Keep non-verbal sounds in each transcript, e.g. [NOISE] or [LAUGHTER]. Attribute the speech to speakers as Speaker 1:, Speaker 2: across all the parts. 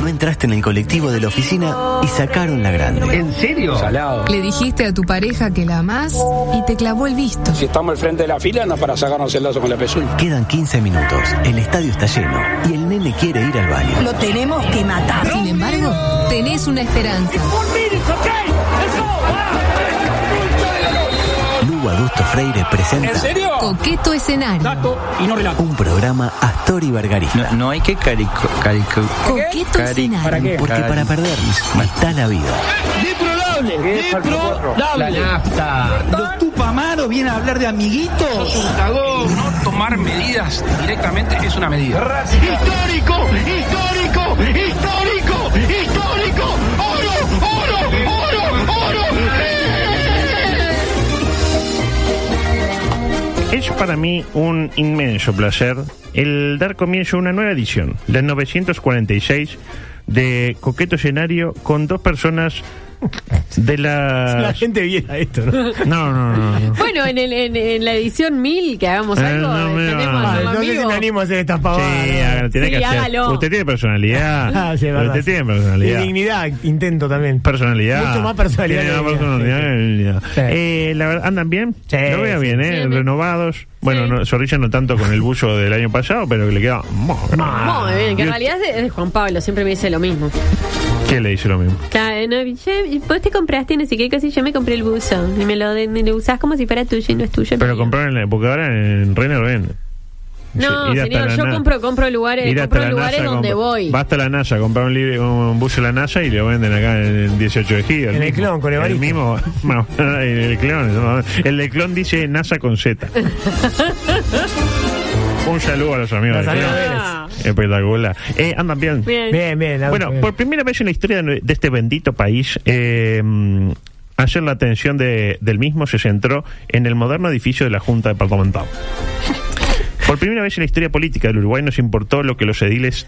Speaker 1: No entraste en el colectivo de la oficina y sacaron la grande.
Speaker 2: ¿En serio?
Speaker 3: Salado.
Speaker 4: Le dijiste a tu pareja que la amás y te clavó el visto.
Speaker 3: Si estamos al frente de la fila, no es para sacarnos el lazo con la pezuña.
Speaker 1: Quedan 15 minutos, el estadio está lleno y el nene quiere ir al baño.
Speaker 5: Lo tenemos que matar.
Speaker 4: Sin embargo, tenés una esperanza.
Speaker 1: Lugo Adusto Freire presenta
Speaker 3: ¿En serio?
Speaker 4: Coqueto escenario.
Speaker 3: Dato y no relato.
Speaker 1: un programa Astor y Bargarista.
Speaker 6: No, no hay que carico, carico-
Speaker 4: Coqueto
Speaker 6: Cari-
Speaker 4: escenario.
Speaker 3: ¿Para qué?
Speaker 1: Porque
Speaker 6: Cari-
Speaker 1: para perder está la vida.
Speaker 2: La nafta.
Speaker 7: Los tupamaros vienen a hablar de amiguitos.
Speaker 3: No tomar medidas directamente es una medida.
Speaker 2: Histórico, histórico, histórico, histórico. Oro, oro, oro, oro.
Speaker 8: Es para mí un inmenso placer el dar comienzo a una nueva edición, la 946 de Coqueto Escenario con dos personas de
Speaker 7: [LAUGHS] La
Speaker 8: la...
Speaker 7: gente viera esto,
Speaker 9: [LAUGHS]
Speaker 8: No,
Speaker 7: ¿no?
Speaker 8: no, no.
Speaker 7: [LAUGHS]
Speaker 8: no.
Speaker 9: Bueno, en, el, en, en la edición 1000 que hagamos
Speaker 8: Eh,
Speaker 9: algo,
Speaker 8: no me
Speaker 9: tenemos
Speaker 8: hagas.
Speaker 9: a
Speaker 7: Ay,
Speaker 9: un
Speaker 7: no sé si
Speaker 9: amigo.
Speaker 7: me animo a hacer esta pavada.
Speaker 8: Sí, haga- tiene
Speaker 9: Sí,
Speaker 8: que hacer.
Speaker 9: hágalo.
Speaker 8: Usted tiene personalidad.
Speaker 7: [LAUGHS] Ah, sí, es verdad.
Speaker 8: Usted tiene
Speaker 7: Y
Speaker 8: personalidad.
Speaker 7: dignidad, intento también.
Speaker 8: Personalidad.
Speaker 7: Mucho más personalidad
Speaker 8: Tiene
Speaker 7: que
Speaker 8: más
Speaker 7: dignidad.
Speaker 8: personalidad que dignidad.
Speaker 7: Sí.
Speaker 8: Eh, la verdad, ¿andan bien?
Speaker 7: Sí,
Speaker 8: Lo veo
Speaker 7: sí.
Speaker 8: bien, ¿eh?
Speaker 9: Sí, me-
Speaker 8: Renovados. Bueno,
Speaker 9: Sí.
Speaker 8: no, Zorrilla no tanto con el buzo del año pasado, pero que le queda... muy
Speaker 7: eh,
Speaker 9: Muy bien, que en realidad es de, es de Juan Pablo, siempre me dice lo mismo.
Speaker 8: ¿Qué le dice lo mismo?
Speaker 9: Claro, no, yo- vos te compraste no sé qué cosa y yo me compré el buzo. Y me lo, de- me lo usás como si fuera tuyo y no es tuyo. es
Speaker 8: Pero
Speaker 9: mío.
Speaker 8: compraron en la época ahora en Reina lo venden.
Speaker 9: No,
Speaker 8: Sí, ir hasta
Speaker 9: señor,
Speaker 8: la
Speaker 9: yo
Speaker 8: na-
Speaker 9: compro, compro lugares,
Speaker 8: ir hasta
Speaker 9: compro
Speaker 8: la
Speaker 9: lugares
Speaker 8: NASA,
Speaker 9: donde
Speaker 8: compra-
Speaker 9: voy.
Speaker 8: Basta la NASA, comprar un, libre, un buzo de la NASA y lo venden acá en el 18 de Giga.
Speaker 7: En el
Speaker 8: mismo.
Speaker 7: clon, con
Speaker 8: el
Speaker 7: Evaristo.
Speaker 8: mismo. [LAUGHS] Bueno, en el clon. no, El de clon dice NASA con
Speaker 9: [LAUGHS]
Speaker 8: Z. un saludo a los amigos
Speaker 7: Los
Speaker 8: de
Speaker 7: amigos de
Speaker 8: clon.
Speaker 9: Ah,
Speaker 8: Espectacular. Eh, andan bien.
Speaker 9: bien.
Speaker 7: Bien, bien. la-
Speaker 8: Bueno, eh. por primera vez en la historia de de este bendito país, eh, mm, ayer la atención de- del mismo se centró en el moderno edificio de la Junta Departamental. [LAUGHS] Por primera vez en la historia política del Uruguay nos importó lo que los ediles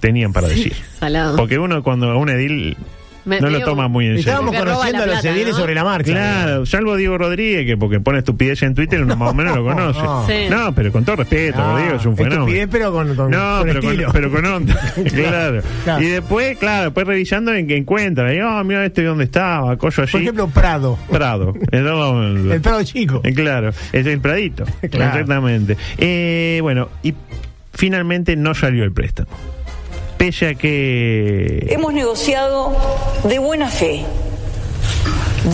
Speaker 8: tenían para decir.
Speaker 9: Salado.
Speaker 8: Porque uno cuando a un edil
Speaker 9: Me-
Speaker 8: no lo
Speaker 9: digo,
Speaker 8: toma muy en serio.
Speaker 7: Estábamos
Speaker 9: Porque roba
Speaker 7: conociendo
Speaker 9: la
Speaker 7: a los
Speaker 9: plata,
Speaker 7: ediles
Speaker 9: ¿no?
Speaker 7: sobre la marcha.
Speaker 8: Claro, salvo Diego Rodríguez, que porque pone estupidez en Twitter, uno más o [LAUGHS] menos lo conoce.
Speaker 7: No.
Speaker 9: Sí.
Speaker 8: No, pero con todo respeto,
Speaker 7: Ah,
Speaker 8: Rodríguez es un fenómeno.
Speaker 7: estupidez, pero con- con-
Speaker 8: no,
Speaker 7: con
Speaker 8: pero,
Speaker 7: estilo.
Speaker 8: Con, pero
Speaker 7: [LAUGHS]
Speaker 8: con onda. claro.
Speaker 7: Claro.
Speaker 8: Y después, claro, después revisando en que encuentra. Y, oh, mira este dónde estaba, cosa así.
Speaker 7: Por ejemplo, Prado.
Speaker 8: Prado. El, el-
Speaker 7: El Prado chico.
Speaker 8: eh, Claro, es el Pradito.
Speaker 7: Claro.
Speaker 8: Exactamente. Eh, bueno, y finalmente no salió el préstamo. Pese a que.
Speaker 5: Hemos negociado de buena fe,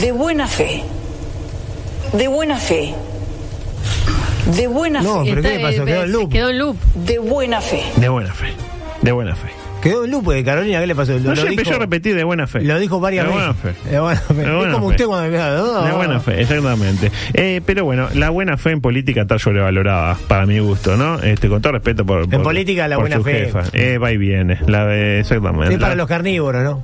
Speaker 5: de buena fe, de buena fe, de buena
Speaker 7: No,
Speaker 5: fe,
Speaker 7: pero
Speaker 9: Está-
Speaker 7: ¿qué le pasó?
Speaker 9: eh,
Speaker 7: Quedó
Speaker 9: se
Speaker 7: en loop.
Speaker 9: Quedó en loop.
Speaker 5: de buena fe.
Speaker 8: De buena fe. De buena fe.
Speaker 7: Quedó en loop de Carolina. ¿Qué le pasó? Lo-
Speaker 8: No
Speaker 7: lo
Speaker 8: se empezó a
Speaker 7: dijo-
Speaker 8: repetir de buena fe.
Speaker 7: Lo dijo varias
Speaker 8: de Buena
Speaker 7: veces. Eh,
Speaker 8: fe.
Speaker 7: De buena fe.
Speaker 8: De
Speaker 7: Es
Speaker 8: buena
Speaker 7: como
Speaker 8: fe.
Speaker 7: usted cuando me "Oh,
Speaker 8: De buena fe, exactamente. Eh, pero bueno, la buena fe en política está sobrevalorada, para mi gusto, ¿no? Este, con todo respeto por. por-
Speaker 7: política la
Speaker 8: por
Speaker 7: buena
Speaker 8: su
Speaker 7: fe.
Speaker 8: jefa. Eh, va y viene. La de- exactamente.
Speaker 7: Es para
Speaker 8: La-
Speaker 7: los carnívoros, ¿no?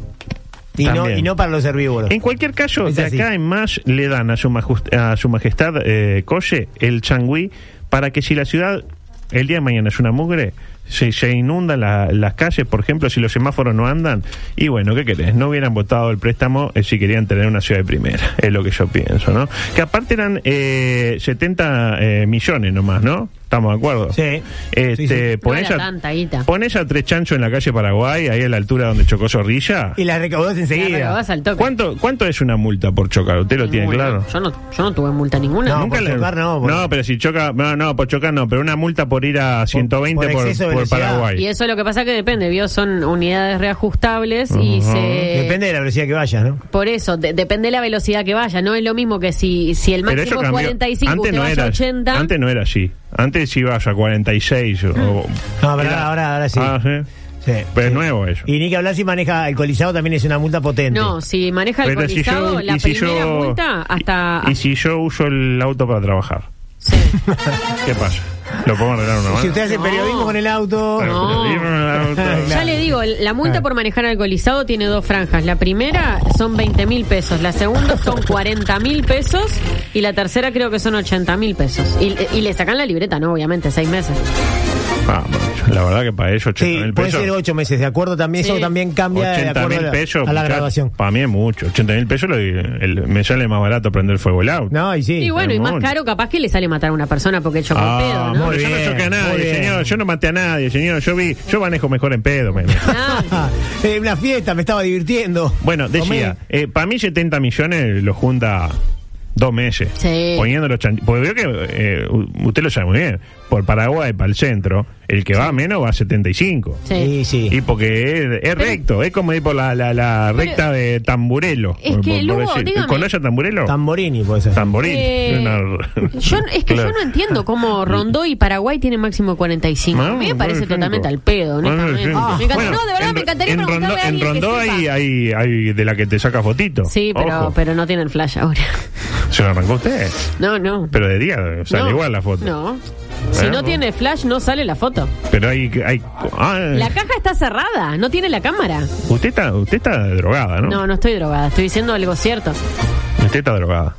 Speaker 7: Y, no,
Speaker 8: También.
Speaker 7: y no para los herbívoros.
Speaker 8: En cualquier caso,
Speaker 7: Es
Speaker 8: de
Speaker 7: así.
Speaker 8: acá en más le dan a su, majus- a su majestad eh, Coche el changüí para que si la ciudad el día de mañana es una mugre, se, se inundan la- las calles, por ejemplo, si los semáforos no andan. Y bueno, ¿qué querés? No hubieran votado el préstamo eh, si querían tener una ciudad de primera, [LAUGHS] es lo que yo pienso, ¿no? Que aparte eran eh, 70 eh, millones nomás, ¿no? ¿Estamos de acuerdo?
Speaker 7: Sí.
Speaker 8: Este,
Speaker 7: Sí, sí.
Speaker 8: Ponés,
Speaker 9: No era
Speaker 8: a,
Speaker 9: tanta guita.
Speaker 8: ponés a tres chanchos en la calle Paraguay, ahí a la altura donde chocó Zorrilla.
Speaker 7: Y la recaudó
Speaker 9: Claro,
Speaker 7: enseguida.
Speaker 9: vas al toque.
Speaker 8: ¿Cuánto, ¿Cuánto es una multa por chocar? ¿Usted lo tiene
Speaker 9: Ninguna.
Speaker 8: claro?
Speaker 9: Yo no, yo no tuve multa ninguna.
Speaker 7: No, por chocar no, por-
Speaker 8: pero si choca, no, no, por chocar no, pero una multa por ir a 120
Speaker 7: por
Speaker 8: por,
Speaker 7: exceso de
Speaker 8: por
Speaker 7: velocidad.
Speaker 8: Paraguay.
Speaker 9: Y eso lo que pasa que depende, ¿vio? Son unidades reajustables y
Speaker 8: Ujú.
Speaker 9: se...
Speaker 7: Depende de la velocidad que vayas, ¿no?
Speaker 9: Por eso, de- depende de la velocidad que vaya. No es lo mismo que si, si el
Speaker 8: Pero
Speaker 9: máximo
Speaker 8: eso
Speaker 9: es
Speaker 8: cambió.
Speaker 9: 45,
Speaker 8: antes,
Speaker 9: usted
Speaker 8: no
Speaker 9: vaya
Speaker 8: era,
Speaker 9: a 80.
Speaker 8: antes no era así. Antes ibas a 46. o-
Speaker 7: Mm. No, pero
Speaker 8: era-
Speaker 7: ahora, ahora sí.
Speaker 8: Ah, sí.
Speaker 7: Sí,
Speaker 8: Pero es
Speaker 7: sí.
Speaker 8: nuevo eso.
Speaker 7: Y ni que hablar si maneja alcoholizado también es una multa potente.
Speaker 9: No, si maneja
Speaker 8: Pero si
Speaker 9: alcoholizado,
Speaker 8: yo-
Speaker 9: la
Speaker 8: y si
Speaker 9: primera
Speaker 8: yo-
Speaker 9: multa hasta...
Speaker 8: [LAUGHS] y- y si yo uso el auto para trabajar,
Speaker 9: sí.
Speaker 8: ¿qué pasa? Lo podemos arreglar una mano.
Speaker 7: [LAUGHS] Si usted hace
Speaker 9: No.
Speaker 7: periodismo con el auto.
Speaker 9: No.
Speaker 7: [LAUGHS]
Speaker 9: Ya le digo, la multa por manejar alcoholizado tiene dos franjas. La primera son 20 mil pesos, la segunda son 40 mil pesos y la tercera creo que son 80 mil pesos. Y, y le sacan la libreta, ¿no? Obviamente, seis meses.
Speaker 8: Ah, bueno, la verdad que para ellos 80
Speaker 7: Sí,
Speaker 8: mil
Speaker 7: puede ser
Speaker 8: pesos.
Speaker 7: ocho meses, ¿de acuerdo? También
Speaker 9: Sí.
Speaker 7: Eso también cambia de
Speaker 8: 80
Speaker 7: acuerdo a
Speaker 8: mil
Speaker 7: la,
Speaker 8: pesos.
Speaker 7: a la
Speaker 8: muchacho,
Speaker 7: graduación.
Speaker 8: Para mí es mucho. 80 mil pesos lo- el- me sale más barato prender fuego el auto.
Speaker 7: No, y sí. [LAUGHS]
Speaker 9: Y bueno, y más
Speaker 8: hermano.
Speaker 9: caro capaz que le sale matar a una persona porque chocó un
Speaker 8: Ah,
Speaker 9: pedo, ¿no?
Speaker 8: muy
Speaker 7: Muy
Speaker 8: yo no
Speaker 7: bien,
Speaker 8: choqué a
Speaker 7: muy
Speaker 8: nadie,
Speaker 7: bien.
Speaker 8: señor. Yo no maté a nadie, señor. Yo vi, yo manejo mejor en pedo. me- me-
Speaker 9: Ah,
Speaker 7: Eh, una fiesta, me estaba divirtiendo.
Speaker 8: Bueno,
Speaker 7: Comé.
Speaker 8: decía, eh, para mí 70 millones lo junta dos meses.
Speaker 9: Sí.
Speaker 8: Poniendo los chan- Porque veo que eh, u- usted lo sabe muy bien. Por Paraguay, para el centro, el que va a menos va a 75.
Speaker 7: Sí,
Speaker 9: sí.
Speaker 7: sí.
Speaker 8: Y porque es, es recto, es como ir por la, la, la recta de Tamburelo.
Speaker 9: Es que, Lugo, dígame.
Speaker 8: ¿Conoce a Tamburelo?
Speaker 7: Tamborini puede ser.
Speaker 8: Tamboril.
Speaker 9: Eh,
Speaker 8: Una-
Speaker 9: yo, es que
Speaker 8: Claro.
Speaker 9: yo no entiendo cómo Rondó y Paraguay tienen máximo 45. A mí me
Speaker 8: No,
Speaker 9: parece
Speaker 8: 95.
Speaker 9: totalmente al pedo, honestamente.
Speaker 8: Ah,
Speaker 9: Me encanta-
Speaker 8: bueno,
Speaker 9: no, de verdad
Speaker 8: en-
Speaker 9: me encantaría
Speaker 8: en Rondó,
Speaker 9: preguntarle a
Speaker 8: en
Speaker 9: alguien que
Speaker 8: Rondó hay,
Speaker 9: sepa.
Speaker 8: hay, hay de la que te saca fotito.
Speaker 9: Sí, pero,
Speaker 8: Ojo.
Speaker 9: pero no tienen flash ahora. [LAUGHS]
Speaker 8: Se lo arrancó usted.
Speaker 9: No, no.
Speaker 8: Pero de día sale
Speaker 9: No,
Speaker 8: igual la foto. Eh,
Speaker 9: No. Si no
Speaker 8: Bueno.
Speaker 9: tiene flash, no sale la foto.
Speaker 8: Pero hay. hay ah,
Speaker 9: La caja está cerrada, no tiene la cámara.
Speaker 8: usted, está, usted está drogada, ¿no?
Speaker 9: No, no estoy drogada, estoy diciendo algo cierto.
Speaker 8: Usted está drogada.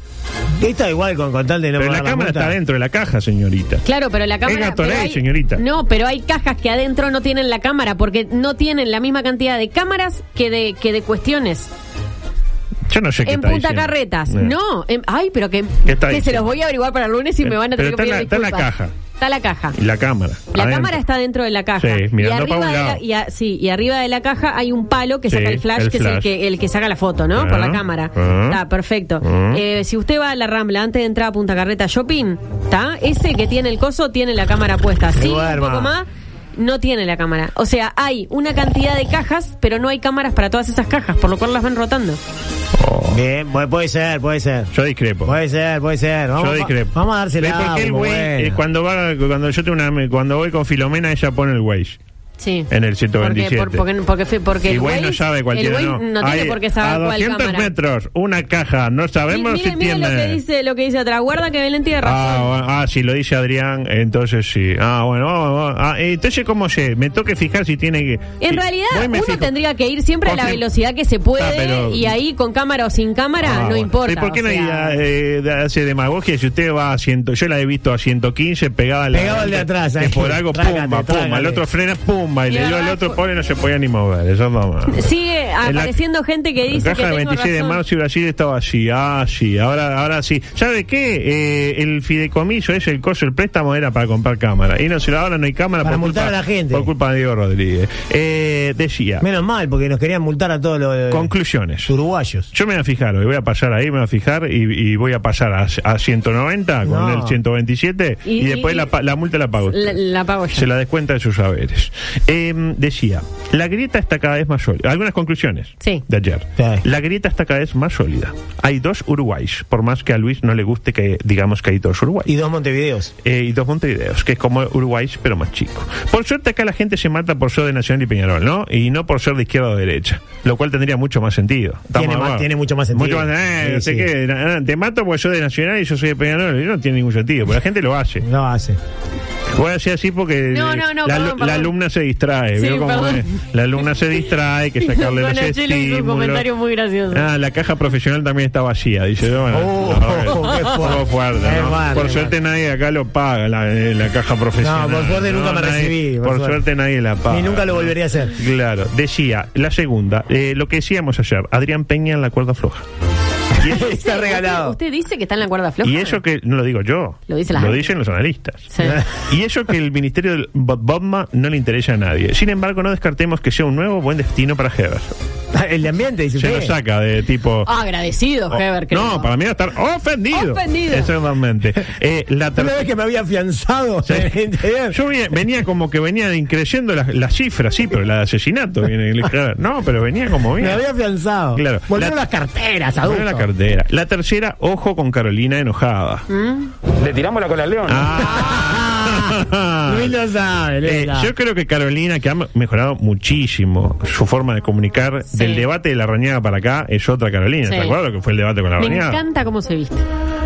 Speaker 7: Está igual con, con tal de no
Speaker 8: pero la
Speaker 7: pagar
Speaker 8: cámara
Speaker 7: multa.
Speaker 8: está dentro de la caja, señorita.
Speaker 9: Claro, pero la cámara.
Speaker 8: Gatorade,
Speaker 9: pero hay-
Speaker 8: señorita.
Speaker 9: No, pero hay cajas que adentro no tienen la cámara porque no tienen la misma cantidad de cámaras que de, que de cuestiones.
Speaker 8: Yo no sé qué
Speaker 9: en
Speaker 8: está
Speaker 9: Punta
Speaker 8: diciendo.
Speaker 9: Carretas.
Speaker 8: Eh.
Speaker 9: No, en- ay, pero que,
Speaker 8: ¿Qué está
Speaker 9: que se
Speaker 8: diciendo? Eh,
Speaker 9: los voy a averiguar para el lunes y me van a
Speaker 8: Pero
Speaker 9: tener que pedir
Speaker 8: está la- está la
Speaker 9: disculpas.
Speaker 8: caja.
Speaker 9: Está la caja.
Speaker 8: Y la cámara.
Speaker 9: La
Speaker 8: adentro.
Speaker 9: cámara está dentro de la caja.
Speaker 8: Sí,
Speaker 9: y
Speaker 8: mirando
Speaker 9: arriba,
Speaker 8: para un
Speaker 9: de
Speaker 8: lado.
Speaker 9: la, y a- sí, y arriba de la caja hay un palo que
Speaker 8: Sí,
Speaker 9: saca el flash,
Speaker 8: el
Speaker 9: que es
Speaker 8: flash.
Speaker 9: el que, el que saca la foto, ¿no?
Speaker 8: Ah,
Speaker 9: Por la cámara.
Speaker 8: ah.
Speaker 9: Está, perfecto.
Speaker 8: Ah.
Speaker 9: Eh, si usted va a la Rambla antes de entrar a Punta Carreta Shopping, ¿está? Ese que tiene el coso tiene la cámara puesta. Sí, un
Speaker 7: duerma.
Speaker 9: poco más. No tiene la cámara. O sea, hay una cantidad de cajas, pero no hay cámaras para todas esas cajas, por lo cual las van rotando.
Speaker 8: Oh,
Speaker 7: Bien, puede, puede ser, puede ser.
Speaker 8: yo discrepo.
Speaker 7: Puede ser, puede ser. Vamos,
Speaker 8: yo discrepo.
Speaker 7: vamos a dársela.
Speaker 8: ¿Ves por qué el
Speaker 7: como
Speaker 8: güey,
Speaker 7: bueno.
Speaker 8: eh, cuando, va, cuando, yo tengo una, cuando voy con Filomena, ella pone el güey
Speaker 9: Sí.
Speaker 8: en el
Speaker 9: Porque,
Speaker 8: 127.
Speaker 9: por- porque, porque, porque,
Speaker 8: y
Speaker 9: el
Speaker 8: güey no
Speaker 9: Waze-
Speaker 8: sabe
Speaker 9: el
Speaker 8: cualquiera,
Speaker 9: Waze
Speaker 8: ¿no?
Speaker 9: no tiene
Speaker 8: Hay
Speaker 9: por qué saber
Speaker 8: A
Speaker 9: cuál
Speaker 8: 200
Speaker 9: cámara.
Speaker 8: metros, una caja. No sabemos
Speaker 9: Mire,
Speaker 8: si
Speaker 9: mire
Speaker 8: tiene...
Speaker 9: lo que dice, lo que dice atrás. Guarda que Belén tiene razón.
Speaker 8: Ah, bueno, ah, si lo dice Adrián, entonces sí. Ah, bueno, vamos, vamos. Ah, eh, entonces cómo sé, me toque fijar si tiene que...
Speaker 9: en
Speaker 8: si-
Speaker 9: realidad,
Speaker 8: voy y me
Speaker 9: uno
Speaker 8: fijo.
Speaker 9: tendría que ir siempre a la
Speaker 8: Confirm-
Speaker 9: velocidad que se puede
Speaker 8: Ah, pero-
Speaker 9: y ahí con cámara o sin cámara
Speaker 8: Ah,
Speaker 9: no
Speaker 8: bueno.
Speaker 9: importa.
Speaker 8: ¿Y por qué
Speaker 9: o
Speaker 8: no
Speaker 9: sea,
Speaker 8: hay, eh, de- hace demagogia si usted va a 100? Yo la he visto a 115 pegada a la.
Speaker 7: Pegado al de atrás,
Speaker 8: Que
Speaker 7: ahí.
Speaker 8: por algo,
Speaker 7: Trágate,
Speaker 8: pumba, pumba.
Speaker 7: trágate.
Speaker 8: El otro frena, pumba. Y
Speaker 9: Y
Speaker 8: le dio
Speaker 9: ahora
Speaker 8: al otro,
Speaker 9: fu-
Speaker 8: pobre, no se podía ni mover. Eso es mamá.
Speaker 9: Sigue
Speaker 8: En la-
Speaker 9: apareciendo gente que dice
Speaker 8: La caja
Speaker 9: que
Speaker 8: del
Speaker 9: tengo
Speaker 8: 26 de
Speaker 9: razón.
Speaker 8: marzo y Brasil estaba así, ah, sí, ahora, ahora sí. ¿Sabe qué? Eh, el fideicomiso es el coso, el préstamo era para comprar cámara. Y no se la ahora no hay cámara
Speaker 7: Para
Speaker 8: por
Speaker 7: multar
Speaker 8: culpa-
Speaker 7: a la gente.
Speaker 8: Por culpa de Diego Rodríguez. Eh, decía,
Speaker 7: Menos mal, porque nos querían multar a todos los eh,
Speaker 8: conclusiones.
Speaker 7: los uruguayos.
Speaker 8: Yo me voy a fijar hoy, voy a pasar ahí, me voy a fijar y, y voy a pasar a, a 190 con
Speaker 7: No.
Speaker 8: el 127 y,
Speaker 9: Y-
Speaker 8: después
Speaker 9: y-
Speaker 8: la, pa- la multa la pago.
Speaker 9: La, la pago yo.
Speaker 8: Se la descuenta de sus saberes. Em, decía, la grieta está cada vez más sólida. Algunas conclusiones
Speaker 9: Sí.
Speaker 8: de ayer.
Speaker 7: Sí.
Speaker 8: La grieta está cada vez más sólida. Hay dos Uruguays, por más que a Luis no le guste que digamos que hay dos Uruguays
Speaker 7: Y dos Montevideos.
Speaker 8: eh, y dos Montevideos, que es como Uruguay, pero más chico. Por suerte acá la gente se mata por ser de Nacional y Peñarol, ¿no? Y no por ser de izquierda o de derecha, lo cual tendría mucho más sentido. de
Speaker 7: Tiene más-
Speaker 8: acuerdo?
Speaker 7: tiene mucho más sentido.
Speaker 8: Mucho más- eh,
Speaker 7: Sí,
Speaker 8: no sé
Speaker 7: sí.
Speaker 8: qué, na- na- te mato porque soy de Nacional y yo soy de Peñarol. Y no tiene ningún sentido, pero la gente lo hace.
Speaker 7: No hace.
Speaker 8: Voy a decir así porque
Speaker 9: No,
Speaker 8: eh,
Speaker 9: no, no,
Speaker 8: la,
Speaker 9: perdón,
Speaker 8: alu-
Speaker 9: perdón.
Speaker 8: la alumna se distrae.
Speaker 9: Sí,
Speaker 8: ¿vio cómo
Speaker 9: perdón.
Speaker 8: es? La alumna se distrae, hay que
Speaker 9: [LAUGHS]
Speaker 8: sacarle los
Speaker 9: Donatello hizo un
Speaker 8: estímulos.
Speaker 9: comentario muy gracioso.
Speaker 8: Ah, la caja profesional también está vacía, dice. Bueno,
Speaker 7: Oh,
Speaker 8: no,
Speaker 7: [LAUGHS] qué fuerte.
Speaker 8: todo fuerte,
Speaker 7: Es
Speaker 8: ¿no?
Speaker 7: mal,
Speaker 8: Por
Speaker 7: es
Speaker 8: suerte nadie acá lo paga, la, eh, la caja profesional.
Speaker 7: No, por suerte nunca me
Speaker 8: Nadie-
Speaker 7: recibí, por
Speaker 8: Por
Speaker 7: suerte.
Speaker 8: suerte nadie la paga.
Speaker 7: Ni nunca lo volvería a hacer.
Speaker 8: Claro, decía, la segunda, eh, lo que decíamos ayer, Adrián Peña en la cuerda floja. [LAUGHS] Y este eso,
Speaker 7: Está regalado.
Speaker 9: Usted dice que está en la cuerda floja.
Speaker 8: y eso que, no lo digo yo,
Speaker 9: Lo dice la gente.
Speaker 8: dicen los analistas.
Speaker 9: Sí.
Speaker 8: Y eso que el ministerio del Bob- Bobma no le interesa a nadie. Sin embargo, no descartemos que sea un nuevo buen destino para Heber. Ah,
Speaker 7: El de ambiente, dice
Speaker 8: Se lo
Speaker 7: usted.
Speaker 8: saca de tipo...
Speaker 9: Ah, Agradecido,
Speaker 8: Oh,
Speaker 9: Heber. creo.
Speaker 8: no, para mí va a estar ofendido.
Speaker 9: Ofendido. [LAUGHS]
Speaker 8: Exactamente. Eh, la
Speaker 7: Una vez
Speaker 8: tercera.
Speaker 7: que me había afianzado en el interior.
Speaker 8: Yo venía, venía como que venían increciendo las, las cifras, sí, pero la de asesinato viene.
Speaker 9: [LAUGHS]
Speaker 8: claro. No, pero venía como bien.
Speaker 7: Me había afianzado.
Speaker 8: Claro.
Speaker 7: Volvieron
Speaker 8: La-
Speaker 7: las carteras, adulto.
Speaker 8: Bueno, la cartera.
Speaker 9: Mm.
Speaker 8: La tercera, ojo con Carolina enojada.
Speaker 10: Le tiramos la cola al león.
Speaker 8: Ah.
Speaker 9: [LAUGHS]
Speaker 7: [LAUGHS] Luis lo sabe, Luis
Speaker 8: Eh,
Speaker 7: lo sabe.
Speaker 8: yo creo que Carolina, que ha mejorado muchísimo su forma de comunicar
Speaker 9: Sí.
Speaker 8: del debate de la rañaga para acá, es otra Carolina.
Speaker 9: Sí.
Speaker 8: ¿Te acuerdas lo que fue el debate con la
Speaker 9: Me
Speaker 8: rañaga?
Speaker 9: encanta cómo se viste.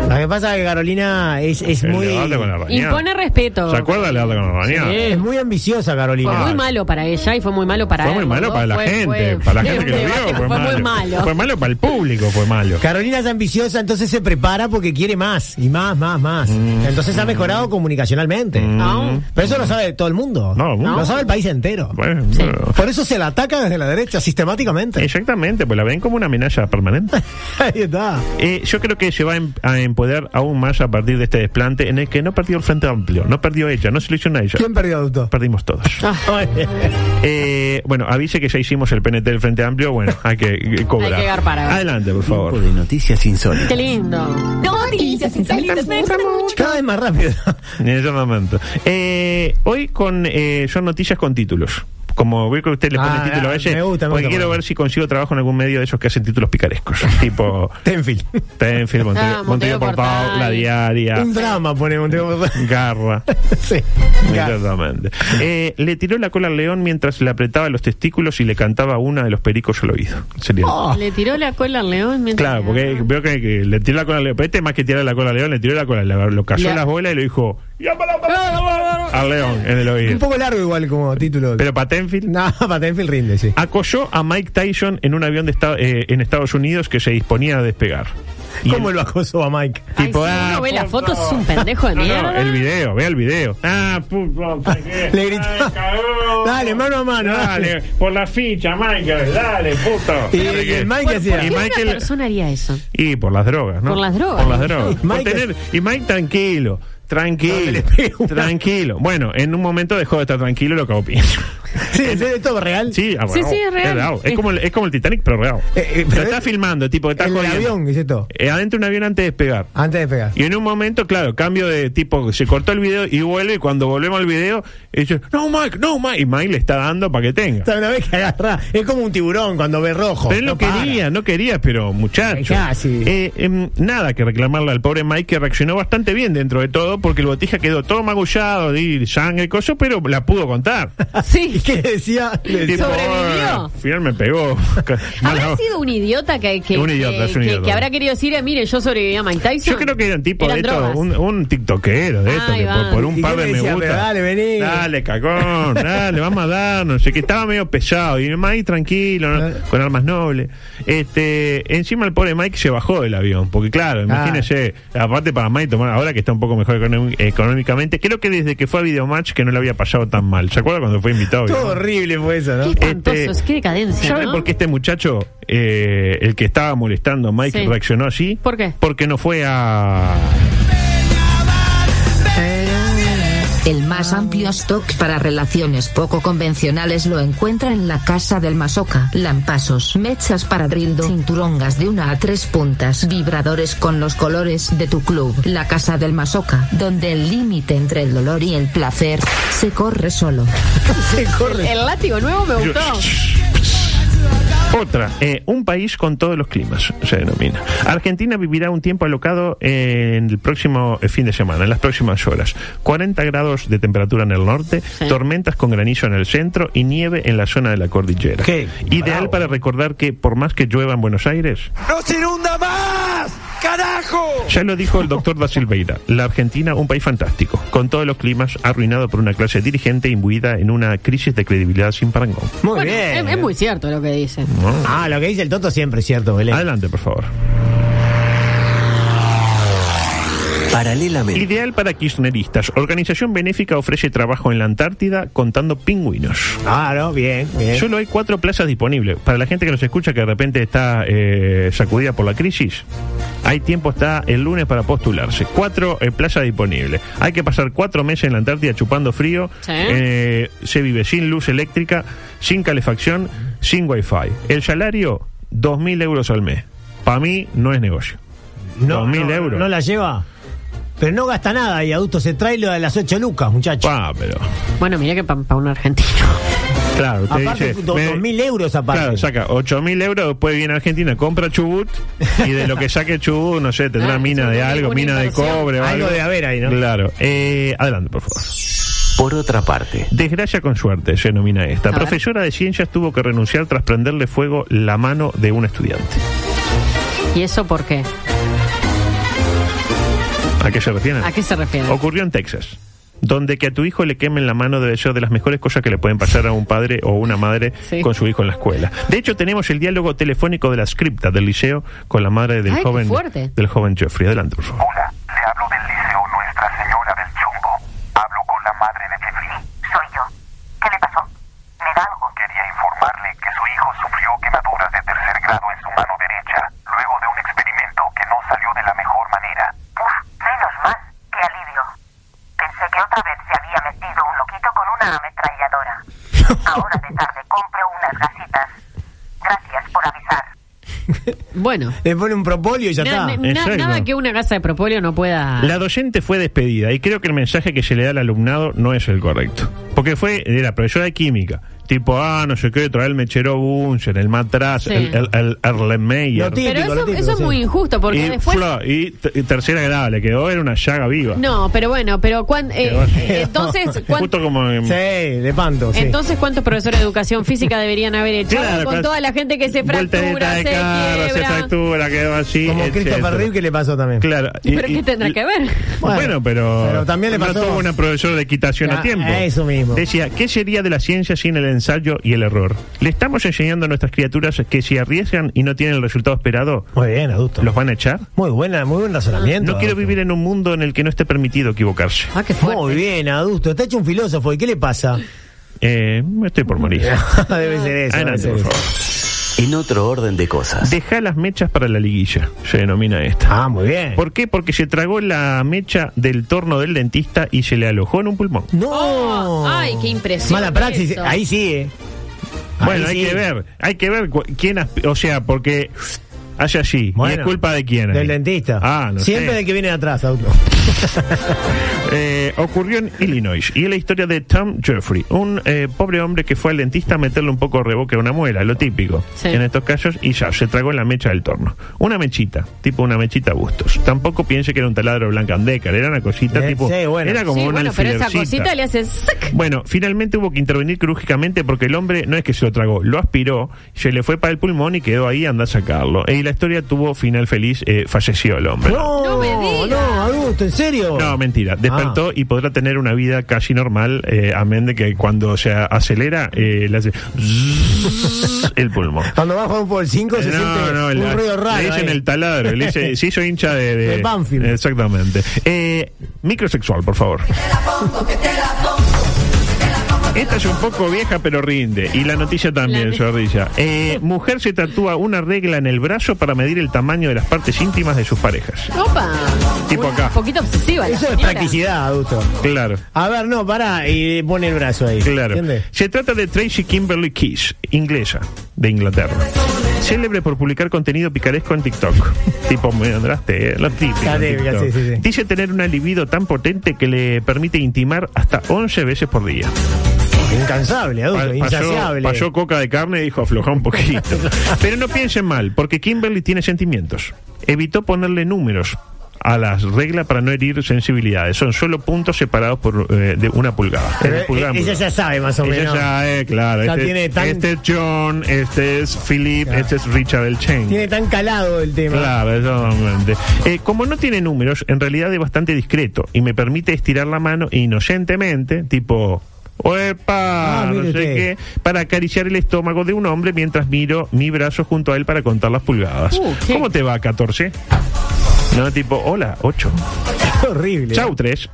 Speaker 7: Lo que pasa es que Carolina es, es
Speaker 8: El
Speaker 7: muy.
Speaker 8: debate con la rañaga.
Speaker 9: Impone respeto.
Speaker 8: ¿Se acuerda el debate con la rañaga?
Speaker 7: Es muy ambiciosa,
Speaker 9: Fue
Speaker 7: Carolina.
Speaker 9: muy malo para ella y fue muy malo para
Speaker 8: Fue
Speaker 9: él,
Speaker 8: muy
Speaker 9: los
Speaker 8: malo
Speaker 9: dos.
Speaker 8: para la
Speaker 9: Fue-
Speaker 8: gente,
Speaker 9: fue-
Speaker 8: para la gente que
Speaker 9: [LAUGHS] fue
Speaker 8: lo vio, fue,
Speaker 9: muy
Speaker 8: malo.
Speaker 9: malo.
Speaker 8: Fue malo para el público, fue malo.
Speaker 7: Carolina es ambiciosa, entonces se prepara porque quiere más, y más, más, más.
Speaker 8: Mm.
Speaker 7: Entonces ha mejorado comunicacionalmente.
Speaker 9: No.
Speaker 7: Pero eso lo sabe todo el mundo.
Speaker 8: No, el mundo.
Speaker 7: Lo sabe el país entero.
Speaker 8: Bueno,
Speaker 9: Sí.
Speaker 8: pero-
Speaker 7: Por eso se la ataca desde la derecha sistemáticamente.
Speaker 8: exactamente, pues la ven como una amenaza
Speaker 9: [LAUGHS]
Speaker 8: permanente.
Speaker 7: [LAUGHS] Ahí está.
Speaker 8: Eh, yo creo que se va a em- a empoderar aún más a partir de este desplante en el que no perdió el Frente Amplio, no perdió ella, no seleccionó a ella.
Speaker 7: ¿Quién perdió adulto?
Speaker 8: Perdimos todos.
Speaker 7: [LAUGHS]
Speaker 8: Eh, bueno, avise que ya hicimos el PNT del Frente Amplio. Bueno, hay que eh, cobrar.
Speaker 9: Hay que agarpar, a ver.
Speaker 8: Adelante, por
Speaker 1: Tiempo
Speaker 8: favor.
Speaker 1: de noticias insólitas.
Speaker 9: Qué lindo.
Speaker 7: Cada vez más rápido.
Speaker 8: En ese momento. Eh, hoy con eh, son noticias con títulos. Como veo que usted le pone
Speaker 7: Ah,
Speaker 8: título a
Speaker 7: ah,
Speaker 8: veces,
Speaker 7: me gusta, me
Speaker 8: porque
Speaker 7: gusta,
Speaker 8: quiero
Speaker 7: me gusta.
Speaker 8: ver si consigo trabajo en algún medio de esos que hacen títulos picarescos. [LAUGHS] tipo
Speaker 7: Tenfield.
Speaker 8: Tenfield, Montevideo,
Speaker 9: Ah, Montevideo
Speaker 8: Montevideo Portado,
Speaker 9: Portal.
Speaker 8: La Diaria,
Speaker 7: Un drama pone
Speaker 8: [LAUGHS]
Speaker 7: Montevideo Portal. [LAUGHS]
Speaker 8: Garra.
Speaker 7: Sí.
Speaker 8: Exactamente. Eh, le tiró la cola al león mientras le apretaba los testículos y le cantaba una de los pericos al oído. Sería.
Speaker 7: Oh,
Speaker 9: Le tiró la cola al león mientras.
Speaker 8: Claro, porque veo que, que le tiró la cola al león. Pero este más que tirar la cola al león, le tiró la cola, al león, lo cayó
Speaker 9: Le-
Speaker 8: en las bolas y lo dijo "Llámala,
Speaker 9: [LAUGHS]
Speaker 8: papá", al león en el
Speaker 7: un
Speaker 8: oído.
Speaker 7: poco largo igual como título.
Speaker 8: Pero para Tenfield,
Speaker 7: No, [LAUGHS] para Tenfield rinde, sí.
Speaker 8: acolló a Mike Tyson en un avión de esta- eh, en Estados Unidos que se disponía a despegar. Y
Speaker 7: ¿Cómo
Speaker 8: el-
Speaker 7: lo acosó a Mike?
Speaker 9: Ay,
Speaker 8: tipo,
Speaker 9: si
Speaker 8: ah,
Speaker 9: uno ve la
Speaker 8: puto".
Speaker 9: foto, es un pendejo de
Speaker 8: No, no,
Speaker 9: mierda.
Speaker 8: el video, vea el video. Ah,
Speaker 7: [LAUGHS]
Speaker 8: puto, ¿para qué?
Speaker 7: Le gritó.
Speaker 8: Ay, cagón.
Speaker 7: Dale, mano a mano,
Speaker 8: Dale,
Speaker 7: dale.
Speaker 8: por la ficha, Michael, dale, puto.
Speaker 7: Y,
Speaker 8: Dale
Speaker 7: y
Speaker 8: que-
Speaker 7: el Mike que
Speaker 8: Y
Speaker 7: hacía.
Speaker 9: ¿Qué
Speaker 8: Michael-
Speaker 9: una persona haría eso?
Speaker 8: Y por las drogas, ¿no?
Speaker 9: Por las drogas.
Speaker 8: Por las drogas. Por
Speaker 7: Mike-
Speaker 8: tener- y Mike tranquilo,
Speaker 7: No,
Speaker 8: tranquilo,
Speaker 7: le pegué una.
Speaker 8: tranquilo. Bueno, en un momento dejó de estar tranquilo y lo cagó piña.
Speaker 7: Sí, sí, es todo real.
Speaker 8: Sí, ah,
Speaker 9: Sí,
Speaker 8: bueno,
Speaker 9: sí, es real.
Speaker 8: Es como, el, es como el Titanic, pero real.
Speaker 7: Eh, eh,
Speaker 8: lo
Speaker 7: pero
Speaker 8: está
Speaker 7: es-
Speaker 8: filmando, tipo, está
Speaker 7: En el
Speaker 8: jodiendo.
Speaker 7: avión, dice todo.
Speaker 8: Eh, adentro de un avión antes de despegar.
Speaker 7: Antes de pegar.
Speaker 8: Y en un momento, claro, cambio de tipo, se cortó el video y vuelve. Y cuando volvemos al video, dice, no, Mike, no, Mike. Y Mike le está dando para que tenga.
Speaker 7: O sea, Una vez que agarra, es como un tiburón cuando ve rojo.
Speaker 8: Pero él no,
Speaker 7: para.
Speaker 8: quería, no quería, pero muchacho.
Speaker 7: Ya, sí.
Speaker 8: Eh, em, nada que reclamarle al pobre Mike que reaccionó bastante bien dentro de todo porque el botija quedó todo magullado, y sangre y cosas, pero la pudo contar.
Speaker 7: ¿Y
Speaker 9: Sí.
Speaker 7: qué decía? [LAUGHS] Le decía,
Speaker 8: Tipo,
Speaker 9: Sobrevivió.
Speaker 8: "Ah, al final me pegó. [LAUGHS]
Speaker 9: Habrá sido un idiota que, que,
Speaker 8: Un idiota,
Speaker 9: que-
Speaker 8: es un
Speaker 9: que-
Speaker 8: idiota.
Speaker 9: que habrá querido decir, eh, mire, yo sobreviví a Mike Tyson.
Speaker 8: Yo creo que eran tipo de esto,
Speaker 9: drogas.
Speaker 8: un, un tiktoquero de esto,
Speaker 9: Ahí
Speaker 8: que por,
Speaker 9: va.
Speaker 8: por un
Speaker 7: ¿Y
Speaker 8: par
Speaker 7: qué
Speaker 8: de
Speaker 7: le
Speaker 8: me
Speaker 7: decía?
Speaker 8: gusta.
Speaker 7: Pero dale, vení.
Speaker 8: Dale, cagón, dale, vamos a dar, no sé qué. Estaba medio pesado y el Mike tranquilo, ¿no?
Speaker 7: Eh.
Speaker 8: con armas nobles. Este, encima el pobre Mike se bajó del avión, porque claro,
Speaker 7: Ah.
Speaker 8: imagínese, aparte para Mike tomar ahora que está un poco mejor economi- económicamente, creo que desde que fue a Videomatch que no le había pasado tan mal. ¿Se acuerda cuando fue invitado? a
Speaker 7: Todo
Speaker 8: Videomatch?
Speaker 7: horrible fue eso, ¿no?
Speaker 9: Qué espantoso,
Speaker 8: Este,
Speaker 9: es, qué decadencia.
Speaker 8: ¿Sabe
Speaker 9: ¿no?
Speaker 8: por qué este muchacho, eh, el que estaba molestando a Mike,
Speaker 9: Sí.
Speaker 8: reaccionó así?
Speaker 9: ¿Por qué?
Speaker 8: Porque no fue a.
Speaker 10: El más amplio stock para relaciones poco convencionales lo encuentra en la casa del masoca. Lampasos, mechas para drildo, cinturongas de una a tres puntas, vibradores con los colores de tu club. La casa del masoca, donde el límite entre el dolor y el placer se corre solo.
Speaker 7: Se corre.
Speaker 9: El látigo nuevo me gustó.
Speaker 8: [LAUGHS] Otra, eh, un país con todos los climas, se denomina. Argentina vivirá un tiempo alocado eh, en el próximo eh, fin de semana, en las próximas horas. 40 grados de temperatura en el norte, tormentas con granizo en el centro y nieve en la zona de la cordillera.
Speaker 7: Qué
Speaker 8: Ideal
Speaker 7: bravo.
Speaker 8: para recordar que por más que llueva en Buenos Aires,
Speaker 2: ¡No se inunda más! ¡Carajo!
Speaker 8: Ya lo dijo el doctor Da Silveira, la Argentina un país fantástico, con todos los climas arruinado por una clase dirigente imbuida en una crisis de credibilidad sin parangón.
Speaker 7: Muy
Speaker 9: Bueno,
Speaker 7: bien.
Speaker 9: es, es muy cierto lo que dice.
Speaker 7: Ah, lo que dice el Toto siempre es cierto, Belén.
Speaker 8: Adelante, por favor.
Speaker 1: Paralelamente.
Speaker 8: Ideal para kirchneristas. Organización benéfica ofrece trabajo en la Antártida contando pingüinos.
Speaker 7: Claro, bien, bien.
Speaker 8: Solo hay cuatro plazas disponibles. Para la gente que nos escucha que de repente está eh, sacudida por la crisis, hay tiempo hasta el lunes para postularse. Cuatro eh, plazas disponibles. Hay que pasar cuatro meses en la Antártida chupando frío.
Speaker 9: Sí.
Speaker 8: Eh, se vive sin luz eléctrica, sin calefacción, sin wifi. El salario, 2.000 euros al mes. Para mí no es negocio.
Speaker 7: No,
Speaker 8: 2.000
Speaker 7: no,
Speaker 8: euros.
Speaker 7: ¿No la lleva? Pero no gasta nada y adulto se trae lo de las 8 lucas, muchachos.
Speaker 8: Ah, pero.
Speaker 9: Bueno, mira que para un argentino.
Speaker 8: Claro, te
Speaker 7: Aparte,
Speaker 8: dice.
Speaker 7: do-
Speaker 8: me-
Speaker 7: 2.000 euros aparte.
Speaker 8: Claro, saca 8.000 euros, después viene a Argentina, compra Chubut y de lo que saque Chubut, no sé, tendrá
Speaker 9: Ah,
Speaker 8: mina
Speaker 9: es
Speaker 8: de
Speaker 9: una-
Speaker 8: algo,
Speaker 9: una
Speaker 8: mina de
Speaker 9: inversión.
Speaker 8: cobre o algo.
Speaker 7: Algo de haber ahí, ¿no?
Speaker 8: Claro. Eh, adelante, por favor.
Speaker 1: Por otra parte,
Speaker 8: Desgracia con suerte, se denomina esta.
Speaker 9: A ver.
Speaker 8: Profesora de ciencias tuvo que renunciar tras prenderle fuego la mano de un estudiante.
Speaker 9: ¿Y eso por qué?
Speaker 8: ¿A qué se refieren?
Speaker 9: ¿A qué se refiere?
Speaker 8: Ocurrió en Texas, donde que a tu hijo le quemen la mano debe ser de las mejores cosas que le pueden pasar a un padre o una madre
Speaker 9: Sí.
Speaker 8: con su hijo en la escuela. De hecho, tenemos el diálogo telefónico de la scripta del liceo con la madre del
Speaker 9: Ay, qué
Speaker 8: joven
Speaker 9: fuerte.
Speaker 8: del joven Jeffrey. Adelante, por favor.
Speaker 2: Hola, le hablo del liceo Nuestra Señora del Chumbo. Hablo con la madre de Jeffrey. Soy yo. ¿Qué le pasó? Me da algo. Quería informarle que su hijo sufrió quemaduras de tercer grado en su mano derecha, luego de un experimento que no salió de la mejor manera. Uf, menos mal. Qué alivio. Pensé que otra vez se había metido un loquito con una ametralladora. Ahora de tarde compro unas gasitas. Gracias por avisar.
Speaker 9: Bueno.
Speaker 7: Le pone un propóleo y ya
Speaker 9: Na-
Speaker 7: está.
Speaker 9: na-
Speaker 8: ¿En serio?
Speaker 9: nada que una gasa de propóleo no pueda.
Speaker 8: La docente fue despedida y creo que el mensaje que se le da al alumnado no es el correcto. Porque fue, era profesora de química. Tipo, ah, no sé qué, trae el mechero Bunsen, el matraz,
Speaker 9: Sí.
Speaker 8: el, el, el Erlenmeyer.
Speaker 7: Lo tiene. Típico,
Speaker 9: Pero eso,
Speaker 7: lo típico,
Speaker 9: eso es
Speaker 7: sí.
Speaker 9: muy injusto porque
Speaker 8: y,
Speaker 9: después.
Speaker 8: fla- y t- y tercera grado le quedó, era una llaga viva.
Speaker 9: No, pero bueno, pero cuán- eh, entonces,
Speaker 8: [LAUGHS]
Speaker 9: cuán-
Speaker 8: Justo como en-
Speaker 7: Sí, de panto, sí.
Speaker 9: entonces cuántos profesores de educación física deberían haber hecho
Speaker 8: Claro,
Speaker 9: con
Speaker 8: claro.
Speaker 9: toda la gente que se
Speaker 8: Vuelta de
Speaker 9: fractura,
Speaker 8: de
Speaker 9: se
Speaker 8: cara, se
Speaker 9: quiebra.
Speaker 8: fractura, quedó así.
Speaker 7: Como Christopher
Speaker 8: etcétera.
Speaker 7: Reeve que le pasó también.
Speaker 8: Claro.
Speaker 9: ¿Pero qué tendrá que ver?
Speaker 8: Bueno,
Speaker 7: Bueno,
Speaker 8: pero,
Speaker 7: pero también le
Speaker 8: no
Speaker 7: pasó-
Speaker 8: tuvo una profesora de equitación a
Speaker 7: Ah,
Speaker 8: tiempo.
Speaker 7: eso mismo.
Speaker 8: Decía, ¿qué sería de la ciencia sin el ensayo y el error? Le estamos enseñando a nuestras criaturas que si arriesgan y no tienen el resultado esperado,
Speaker 7: Muy bien, adulto.
Speaker 8: ¿los van a echar?
Speaker 7: Muy buena, muy buen razonamiento.
Speaker 8: No quiero
Speaker 7: adulto.
Speaker 8: vivir en un mundo en el que no esté permitido equivocarse.
Speaker 9: Ah, qué fuerte.
Speaker 7: Muy bien, adulto. Está hecho un filósofo. ¿Y qué le pasa? [LAUGHS]
Speaker 8: Eh, me estoy por morir.
Speaker 7: debe ser [LAUGHS] eso. debe
Speaker 8: Adelante,
Speaker 7: ser
Speaker 8: por
Speaker 7: eso.
Speaker 8: favor.
Speaker 1: en otro orden de cosas.
Speaker 8: Deja las mechas para la liguilla, se denomina esta.
Speaker 7: Ah, muy bien.
Speaker 8: ¿Por qué? Porque se tragó la mecha del torno del dentista y se le alojó en un pulmón.
Speaker 7: No.
Speaker 9: Oh, ay, qué impresión
Speaker 7: Mala praxis.
Speaker 9: eso.
Speaker 7: Ahí sí, ¿eh?
Speaker 8: Bueno,
Speaker 7: Ahí
Speaker 8: hay
Speaker 7: sí.
Speaker 8: que ver, hay que ver cu- quién, asp- o sea, porque hace así,
Speaker 7: Bueno.
Speaker 8: ¿y es culpa de quién? ahí?
Speaker 7: Del dentista.
Speaker 8: Ah, no
Speaker 7: Siempre
Speaker 8: sé.
Speaker 7: del que viene de atrás, adulto.
Speaker 8: Eh, ocurrió en Illinois y es la historia de Tom Jeffrey, un eh, pobre hombre que fue al dentista a meterle un poco de reboque a una muela, lo típico
Speaker 9: Sí.
Speaker 8: en estos casos, y ya se tragó la mecha del torno. Una mechita, tipo una mechita a bustos. Tampoco piense que era un taladro Blancandecker, era una cosita
Speaker 7: Eh,
Speaker 8: tipo.
Speaker 7: sí, bueno.
Speaker 8: Era como
Speaker 9: sí,
Speaker 8: una
Speaker 9: bueno, pero esa cosita le hace zac.
Speaker 8: Bueno, finalmente hubo que intervenir quirúrgicamente porque el hombre no es que se lo tragó, lo aspiró, se le fue para el pulmón y quedó ahí, anda a sacarlo. Y la historia tuvo final feliz, eh, falleció el hombre.
Speaker 7: No,
Speaker 9: No me digas.
Speaker 7: no, adulto, ¿en serio?
Speaker 8: No, mentira. Despertó y podrá tener una vida casi normal, eh, amén de que cuando se acelera, eh, le hace [LAUGHS] zzzz el pulmón.
Speaker 7: Cuando baja un por 5 se siente un
Speaker 8: la-
Speaker 7: ruido raro.
Speaker 8: Le dicen
Speaker 7: ahí.
Speaker 8: el taladro, le dice, se hizo hincha de...
Speaker 7: De Banfield.
Speaker 8: Exactamente. Eh, microsexual, por favor. Esta es un poco vieja pero rinde. Y la noticia también,
Speaker 9: La-
Speaker 8: zorrilla. Eh, mujer se tatúa una regla en el brazo para medir el tamaño de las partes íntimas de sus parejas.
Speaker 9: Opa.
Speaker 8: Tipo
Speaker 9: Un
Speaker 8: acá.
Speaker 9: poquito obsesiva. la
Speaker 7: Eso es
Speaker 9: señora.
Speaker 7: practicidad, adulto.
Speaker 8: Claro.
Speaker 7: A ver, no, pará y pone el brazo ahí.
Speaker 8: Claro.
Speaker 7: ¿Entiendes?
Speaker 8: Se trata de Tracy Kimberly Kiss, inglesa, de Inglaterra. Célebre por publicar contenido picaresco en
Speaker 7: [LAUGHS]
Speaker 8: TikTok. tipo, me andraste, eh, lo típico. en
Speaker 7: La típica,
Speaker 8: TikTok.
Speaker 7: sí, sí, sí.
Speaker 8: Dice tener una libido tan potente que le permite intimar hasta 11 veces por día.
Speaker 7: Incansable, adulto,
Speaker 8: Pa-
Speaker 7: insaciable.
Speaker 8: pasó coca de carne y dijo afloja un poquito.
Speaker 7: [LAUGHS]
Speaker 8: Pero no piensen mal, porque Kimberly tiene sentimientos. Evitó ponerle números a las reglas para no herir sensibilidades. Son solo puntos separados por eh, de una pulgada.
Speaker 7: Pero,
Speaker 8: Eh,
Speaker 7: eh,
Speaker 8: pulgada en
Speaker 7: ella
Speaker 8: pulgada.
Speaker 7: ya sabe más o
Speaker 8: Ella
Speaker 7: menos.
Speaker 8: ya, eh, claro.
Speaker 7: Ya
Speaker 8: este,
Speaker 7: tiene tan-
Speaker 8: este es John, este es Philip, este es Richard El Chain.
Speaker 7: Tiene tan calado el tema.
Speaker 8: Claro, exactamente. Eh, como no tiene números, en realidad es bastante discreto y me permite estirar la mano inocentemente, tipo. ¡Oepa!
Speaker 7: Ah,
Speaker 8: no
Speaker 7: mire
Speaker 8: sé
Speaker 7: usted.
Speaker 8: qué. Para acariciar el estómago de un hombre mientras miro mi brazo junto a él para contar las pulgadas.
Speaker 9: Uh, qué-
Speaker 8: ¿Cómo te va, 14? No, tipo, hola, 8.
Speaker 7: Qué [LAUGHS] horrible.
Speaker 8: Chau, 3.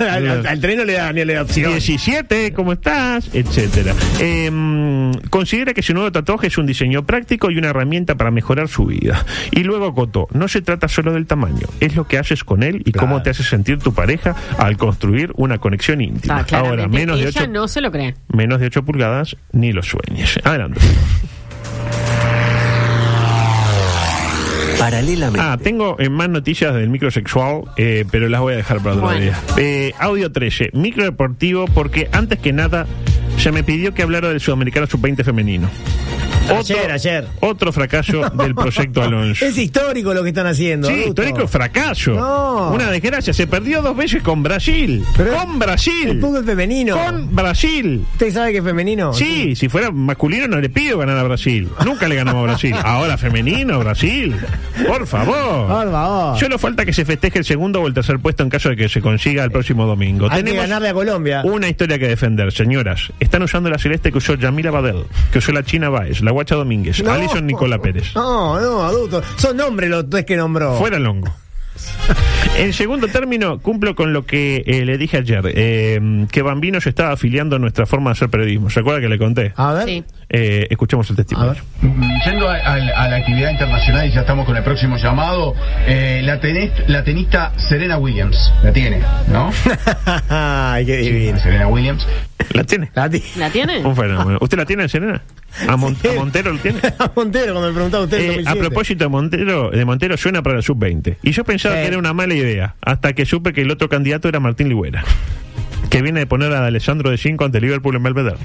Speaker 7: al, al- al tren no le da ni le da opción.
Speaker 8: 17, ¿cómo estás? Etcétera. Em, considera que su nuevo tatuaje es un diseño práctico y una herramienta para mejorar su vida. Y luego acotó, no se trata solo del tamaño, es lo que haces con él y cómo te hace sentir tu pareja al construir una conexión íntima.
Speaker 9: Ah, claramente
Speaker 8: Ahora, menos de,
Speaker 9: ella
Speaker 8: 8,
Speaker 9: no se lo cree.
Speaker 8: menos de 8 pulgadas, ni lo sueñes. Adelante.
Speaker 1: Paralelamente.
Speaker 8: Ah, tengo eh, más noticias del microsexual, eh, pero las voy a dejar para otro
Speaker 9: Bueno.
Speaker 8: día. Eh, audio 13, microdeportivo, porque antes que nada se me pidió que hablara del sudamericano sub-20 femenino.
Speaker 7: Ayer, ayer.
Speaker 8: Otro fracaso del
Speaker 7: [LAUGHS]
Speaker 8: proyecto Alonso.
Speaker 7: Es histórico lo que están haciendo.
Speaker 8: Sí,
Speaker 7: adulto.
Speaker 8: histórico fracaso.
Speaker 7: No.
Speaker 8: Una desgracia. Se perdió dos veces con Brasil.
Speaker 7: Pero
Speaker 8: con Brasil.
Speaker 7: el fútbol femenino.
Speaker 8: Con Brasil.
Speaker 7: ¿Usted sabe que es femenino?
Speaker 8: Sí, si fuera masculino no le pido ganar a Brasil. Nunca le ganamos a
Speaker 7: [LAUGHS]
Speaker 8: Brasil. Ahora femenino, Brasil. Por favor.
Speaker 7: Por favor.
Speaker 8: Solo falta que se festeje el segundo o el tercer puesto en caso de que se consiga el próximo domingo.
Speaker 7: Hay que ganarle a Colombia.
Speaker 8: Una historia que defender, señoras. Están usando la celeste que usó Yamila Badel, que usó la China Baez, la Guacha Domínguez,
Speaker 7: No.
Speaker 8: Alison Nicola Pérez.
Speaker 7: No, no, adulto. Son nombres los tres que nombró.
Speaker 8: Fuera el hongo. [LAUGHS] En segundo término, cumplo con lo que eh, le dije ayer, eh, que Bambino se estaba afiliando a nuestra forma de hacer periodismo. ¿Se acuerda que le conté?
Speaker 7: A ver.
Speaker 9: Sí.
Speaker 8: Eh, escuchemos el testimonio.
Speaker 7: Ah. A ver.
Speaker 11: Yendo a, a- a la actividad internacional y ya estamos con el próximo llamado, eh, la, tenis- la tenista Serena Williams, la tiene, ¿no?
Speaker 7: [LAUGHS] Ay, qué
Speaker 11: Sí,
Speaker 7: divino.
Speaker 11: Serena Williams.
Speaker 8: ¿La
Speaker 7: [LAUGHS]
Speaker 8: tiene?
Speaker 7: La ti-
Speaker 9: ¿La tiene?
Speaker 8: Un fenómeno. ¿Usted la tiene, Serena? ¿A, Mon- a Montero lo tiene?
Speaker 7: A Montero, cuando me preguntaba usted. en
Speaker 8: Eh, a
Speaker 7: 2007.
Speaker 8: propósito de Montero, de Montero suena para el sub-20. Y yo pensaba
Speaker 7: Eh.
Speaker 8: que era una mala idea, hasta que supe que el otro candidato era Martín Ligüera, que viene de poner a Alessandro de 5 ante Liverpool en Belvedere.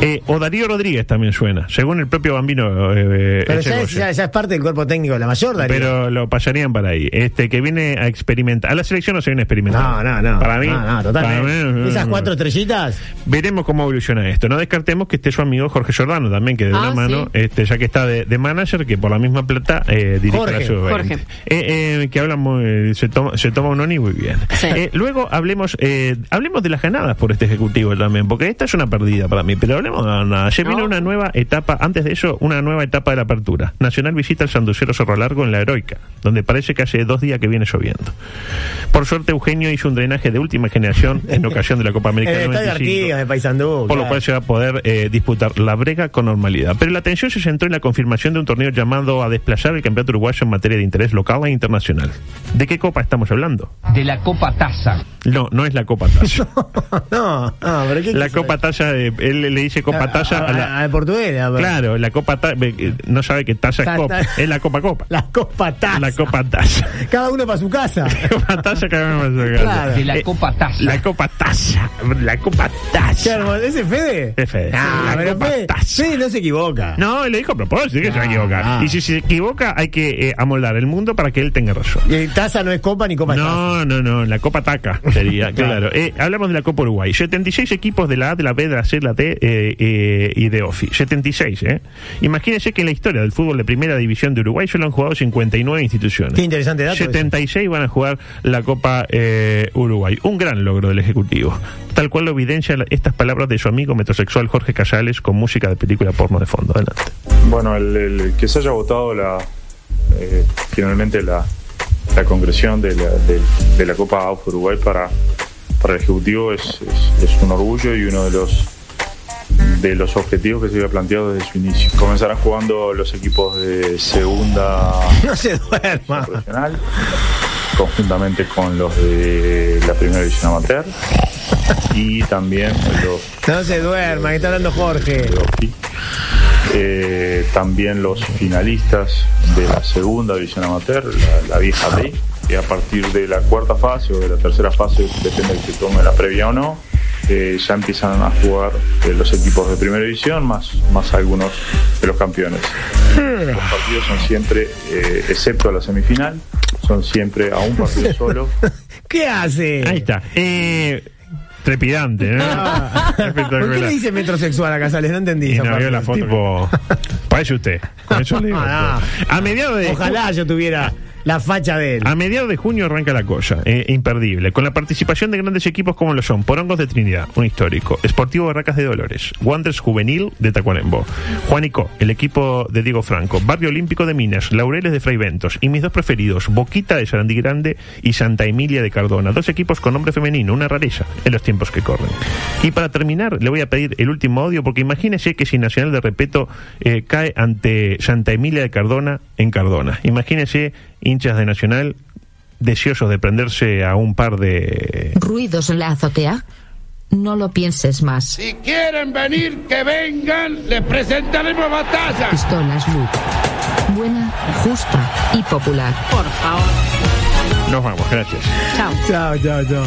Speaker 8: Eh, o Darío Rodríguez también suena, según el propio Bambino. eh, eh,
Speaker 7: Pero ya es,
Speaker 8: Echegoyen.
Speaker 7: ya- ya es parte del cuerpo técnico de la mayor, Darío.
Speaker 8: Pero lo pasarían para ahí. Este que viene a experimentar. A la selección no se viene a experimentar.
Speaker 7: No, no, no.
Speaker 8: Para mí.
Speaker 7: No, no, totalmente.
Speaker 8: para mí-
Speaker 7: Esas cuatro estrellitas. [LAUGHS]
Speaker 8: Veremos cómo evoluciona esto. No descartemos que esté su amigo Jorge Giordano también, que de
Speaker 9: Ah,
Speaker 8: una mano,
Speaker 9: sí.
Speaker 8: este, ya que está de, de manager, que por la misma plata eh,
Speaker 7: Jorge,
Speaker 8: dirige la sub
Speaker 9: Jorge.
Speaker 8: que habla muy, se toma, se toma un oni muy bien.
Speaker 9: Sí.
Speaker 8: Eh, luego hablemos, eh, hablemos de las ganadas por este ejecutivo también, porque esta es una perdida para mí, pero hablemos de las ganadas. Se
Speaker 9: No.
Speaker 8: viene una nueva etapa, antes de eso, una nueva etapa de la apertura. Nacional visita el Sanducero Cerro Largo en la Heroica, donde parece que hace dos días que viene lloviendo. Por suerte, Eugenio hizo un drenaje de última generación en ocasión de la Copa
Speaker 7: En [LAUGHS]
Speaker 8: América
Speaker 7: el estadio
Speaker 8: 95.
Speaker 7: Artigas de Paysandú.
Speaker 8: Por lo
Speaker 7: claro.
Speaker 8: cual se va a poder eh, disputar la brega con normalidad. Pero la atención se centró en la confirmación de un torneo llamado a desplazar el campeonato uruguayo en materia de interés local e internacional. ¿De qué copa estamos hablando?
Speaker 6: De la Copa Taza.
Speaker 8: No, no es la Copa
Speaker 7: [LAUGHS]
Speaker 8: Talla.
Speaker 7: no, no, pero ¿qué Ah,
Speaker 8: la
Speaker 7: quiso
Speaker 8: Copa
Speaker 7: decir?
Speaker 8: Talla, eh, él le dice Copa Talla a la...
Speaker 7: A, a portugués. a-
Speaker 8: Claro, la Copa Talla... eh, No sabe que Talla
Speaker 7: Ta-
Speaker 8: es Copa.
Speaker 7: ta-
Speaker 8: Es la Copa Copa.
Speaker 7: La copa taza.
Speaker 8: La Copa Talla.
Speaker 7: Cada uno para su casa.
Speaker 8: [LAUGHS] Copa Talla que vamos a sacar.
Speaker 7: Claro. De
Speaker 6: la Copa Taza.
Speaker 8: Eh, La Copa Talla. La Copa
Speaker 7: Qué
Speaker 8: Talla.
Speaker 7: hermoso. ¿Ese es Fede?
Speaker 8: Es Fede.
Speaker 7: Ah,
Speaker 8: La
Speaker 7: pero
Speaker 8: copa
Speaker 7: Fede,
Speaker 8: taza.
Speaker 7: Fede no se equivoca.
Speaker 8: No, él le dijo a propósito que se va a equivocar.
Speaker 7: Ah.
Speaker 8: Y si se equivoca, hay que eh, amoldar el mundo para que él tenga razón.
Speaker 7: Y taza no es copa ni copa taza.
Speaker 8: No, no, no, la Copa Taca sería,
Speaker 7: [LAUGHS]
Speaker 8: claro.
Speaker 7: Claro.
Speaker 8: Eh, hablamos de la Copa Uruguay. 76 equipos de la A, de la B, de la C, de la T eh, eh, y de OFI. 76, ¿eh? Imagínense que en la historia del fútbol de primera división de Uruguay solo han jugado 59 instituciones.
Speaker 7: Qué interesante dato. ese.
Speaker 8: 76 van a jugar la Copa eh, Uruguay. Un gran logro del Ejecutivo. Tal cual lo evidencian estas palabras de su amigo metrosexual Jorge Casales con música de película porno de fondo. Adelante.
Speaker 12: Bueno, el, el que se haya votado la, eh, finalmente la, la concreción de la, de- de la Copa AUF Uruguay para, para el Ejecutivo es, es- es un orgullo y uno de los de los objetivos que se había planteado desde su inicio. Comenzarán jugando los equipos de segunda
Speaker 7: [LAUGHS] No se duerma.
Speaker 12: profesional, conjuntamente con los de la primera división amateur y también los
Speaker 7: No se duerma, que está hablando Jorge.
Speaker 12: de Ofi. Eh, también los finalistas de la segunda división amateur, la, la vieja B, que a partir de la cuarta fase o de la tercera fase, depende de que tome la previa o no, eh, ya empiezan a jugar eh, los equipos de primera división más, más algunos de los campeones. Los partidos son siempre, eh, excepto la semifinal, son siempre a un partido solo.
Speaker 7: ¿Qué hace?
Speaker 8: Ahí está. Eh, trepidante,
Speaker 7: [LAUGHS]
Speaker 8: ¿no? Espectacular.
Speaker 7: ¿Por qué le dice metrosexual a Casales? No entendí.
Speaker 8: Y
Speaker 7: esa
Speaker 8: no vio
Speaker 7: parte.
Speaker 8: la foto. Tipo, [LAUGHS] parece usted. Con eso le digo
Speaker 7: Ah,
Speaker 8: todo. a mediados de
Speaker 7: Ojalá yo tuviera la facha de él.
Speaker 8: A mediados de junio arranca la cosa, eh, imperdible, con la participación de grandes equipos como lo son Porongos de Trinidad, un histórico, Sportivo Barracas de Dolores, Wanderers Juvenil de Tacuarembó, Juanico, el equipo de Diego Franco, Barrio Olímpico de Minas, Laureles de Fraiventos y mis dos preferidos, Boquita de Sarandí Grande y Santa Emilia de Cardona, dos equipos con nombre femenino, una rareza en los tiempos que corren. Y para terminar, le voy a pedir el último audio, porque imagínese que si Nacional de Repeto eh, cae ante Santa Emilia de Cardona en Cardona. Imagínese hinchas de Nacional deseosos de prenderse a un par de...
Speaker 10: Ruidos en la azotea. No lo pienses más.
Speaker 3: Si quieren venir, que vengan, les presentaremos batalla.
Speaker 10: Pistolas Luke.
Speaker 13: buena, justa y popular.
Speaker 9: Por favor.
Speaker 8: Nos vamos, gracias.
Speaker 9: Chao.
Speaker 7: Chao, chao, chao.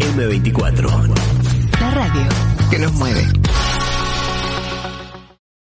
Speaker 1: M24.
Speaker 10: La radio.
Speaker 1: Que nos mueve.